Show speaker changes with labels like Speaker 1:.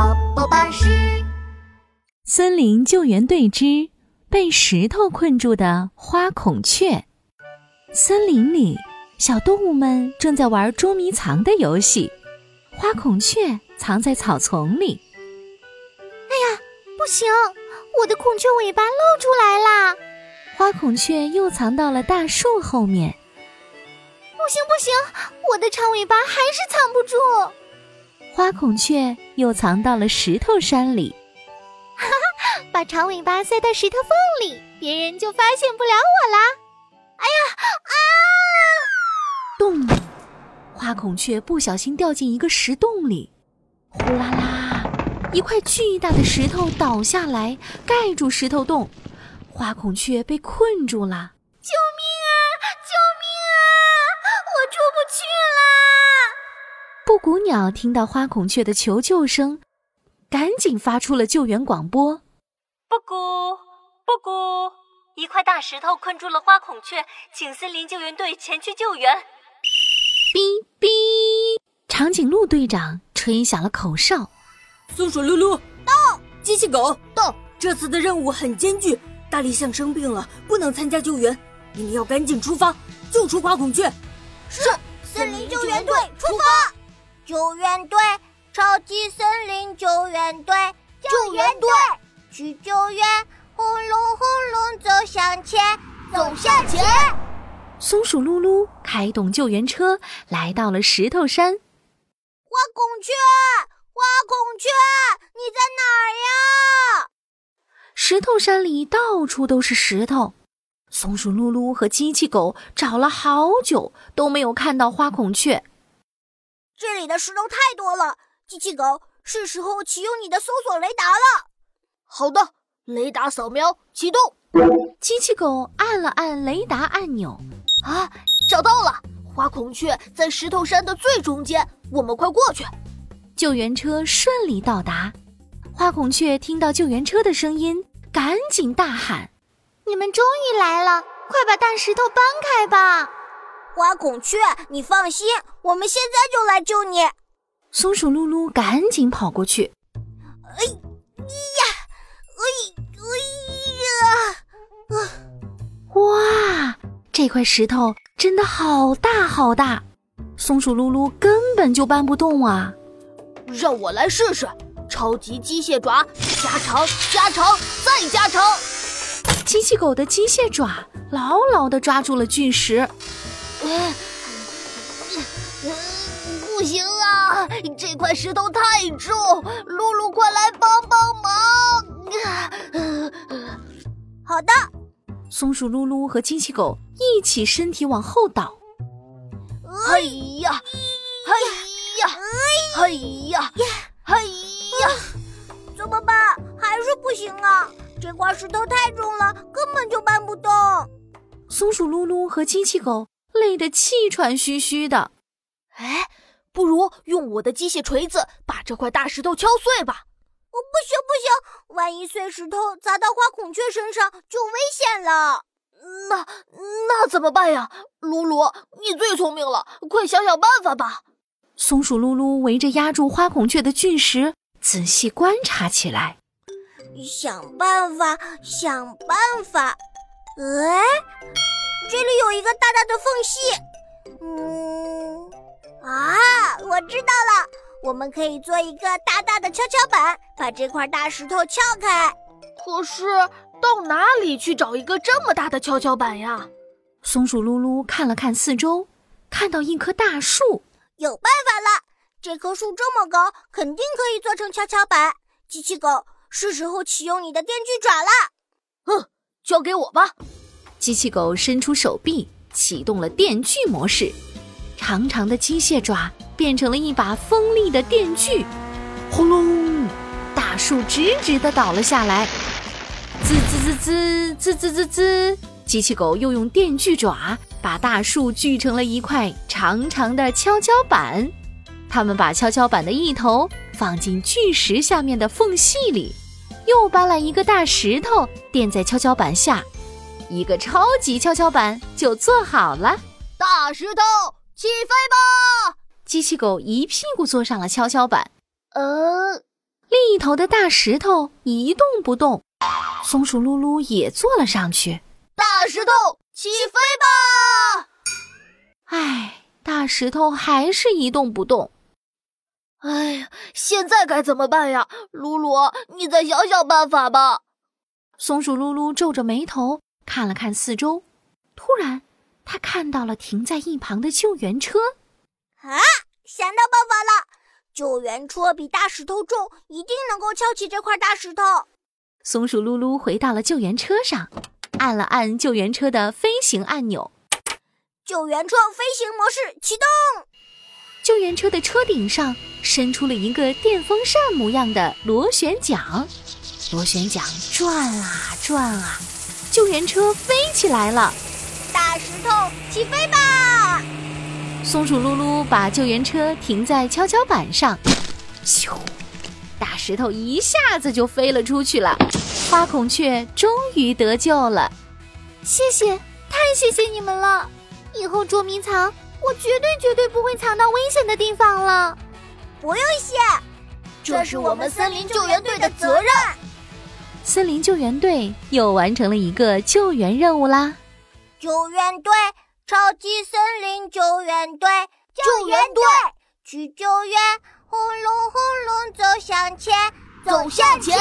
Speaker 1: 老师，
Speaker 2: 森林救援队之被石头困住的花孔雀。森林里，小动物们正在玩捉迷藏的游戏。花孔雀藏在草丛里，
Speaker 1: 不行，我的孔雀尾巴露出来啦！
Speaker 2: 花孔雀又藏到了大树后面。
Speaker 1: 不行不行，我的长尾巴还是藏不住。
Speaker 2: 花孔雀又藏到了石头山里。
Speaker 1: 把长尾巴塞到石头缝里，别人就发现不了我啦。
Speaker 2: 咚！花孔雀不小心掉进一个石洞里，呼啦啦，一块巨大的石头倒下来，盖住石头洞，花孔雀被困住了。
Speaker 1: 救命啊！救命啊！我出不去啦！
Speaker 2: 布谷鸟听到花孔雀的求救声，赶紧发出了救援广播。
Speaker 3: 布谷，布谷，一块大石头困住了花孔雀，请森林救援队前去救援。
Speaker 2: 哔哔，长颈鹿队长吹响了口哨。
Speaker 4: 松鼠噜噜，到！机器狗到！这次的任务很艰巨，大力象生病了，不能参加救援，你们要赶紧出发，救出花孔雀。是，
Speaker 1: 森林救援队出发！救援队，超级森林救援队，救援队，去救援！轰隆轰隆，走向前，走向前！
Speaker 2: 松鼠噜噜开动救援车，来到了石头山。
Speaker 1: 花孔雀，花孔雀，你在哪儿呀？
Speaker 2: 石头山里到处都是石头。松鼠噜噜和机器狗找了好久都没有看到花孔雀。
Speaker 1: 这里的石头太多了，机器狗，是时候启用你的搜索雷达了。
Speaker 4: 好的，雷达扫描启动。
Speaker 2: 机器狗按了按雷达按钮，
Speaker 4: 啊，找到了！花孔雀在石头山的最中间，我们快过去。
Speaker 2: 救援车顺利到达。花孔雀听到救援车的声音，赶紧大喊。
Speaker 1: 你们终于来了，快把大石头搬开吧！花孔雀，你放心，我们现在就来救你。
Speaker 2: 松鼠噜噜赶紧跑过去，
Speaker 1: 哎哎呀！
Speaker 2: 哇，这块石头真的好大好大，松鼠噜噜根本就搬不动啊！
Speaker 4: 让我来试试，超级机械爪，加长，加长，再加长。
Speaker 2: 机器狗的机械爪牢牢地抓住了巨石，
Speaker 4: 不行啊，这块石头太重，露露快来帮帮忙！
Speaker 1: 好的，
Speaker 2: 松鼠噜噜和机器狗一起身体往后倒。
Speaker 4: 哎呀，哎呀，哎呀，哎呀！
Speaker 1: 怎么办？还是不行啊！这块石头太重了，根本就搬不动。
Speaker 2: 松鼠噜噜和机器狗累得气喘吁吁的。
Speaker 4: 哎，不如用我的机械锤子把这块大石头敲碎吧。
Speaker 1: 哦不行不行，万一碎石头砸到花孔雀身上就危险了。
Speaker 4: 那那怎么办呀？鲁鲁，你最聪明了，快想想办法吧。
Speaker 2: 松鼠噜噜围着压住花孔雀的巨石，仔细观察起来。
Speaker 1: 想办法，想办法。哎，这里有一个大大的缝隙。嗯，啊，我知道了，我们可以做一个大大的跷跷板，把这块大石头撬开。
Speaker 4: 可是到哪里去找一个这么大的跷跷板呀？
Speaker 2: 松鼠噜噜看了看四周，看到一棵大树。
Speaker 1: 有办法了，这棵树这么高，肯定可以做成跷跷板。机器狗，是时候启用你的电锯爪了。
Speaker 4: 交给我吧。
Speaker 2: 机器狗伸出手臂，启动了电锯模式，长长的机械爪变成了一把锋利的电锯，轰隆，大树直直的倒了下来。滋滋滋滋滋滋滋滋，机器狗又用电锯爪把大树锯成了一块长长的跷跷板。他们把跷跷板的一头放进巨石下面的缝隙里，又搬来一个大石头垫在跷跷板下，一个超级跷跷板就做好了。
Speaker 4: 大石头起飞吧！
Speaker 2: 机器狗一屁股坐上了跷跷板，
Speaker 4: 呃，
Speaker 2: 另一头的大石头一动不动。松鼠噜噜也坐了上去。
Speaker 4: 大石头起飞吧！
Speaker 2: 唉，大石头还是一动不动。
Speaker 4: 哎呀，现在该怎么办呀？鲁鲁，你再想想办法吧。
Speaker 2: 松鼠噜噜皱着眉头看了看四周，突然，他看到了停在一旁的救援车。
Speaker 4: 啊，想到办法了！救援车比大石头重，一定能够敲起这块大石头。
Speaker 2: 松鼠噜噜回到了救援车上，按了按救援车的飞行按钮。
Speaker 4: 救援车飞行模式启动。
Speaker 2: 救援车的车顶上伸出了一个电风扇模样的螺旋桨，螺旋桨转啊转啊，救援车飞起来了。
Speaker 4: 大石头起飞吧！
Speaker 2: 松鼠噜噜把救援车停在跷跷板上，咻！大石头一下子就飞了出去了。花孔雀终于得救了，
Speaker 1: 谢谢，太谢谢你们了！以后捉迷藏。我绝对绝对不会藏到危险的地方了，
Speaker 4: 不用谢，
Speaker 1: 这是我们森林救援队的责任。
Speaker 2: 森林救援队又完成了一个救援任务啦！
Speaker 4: 救援队，超级森林救援队，
Speaker 1: 救援队
Speaker 4: 去救援，轰隆轰隆走向前，
Speaker 1: 走向前。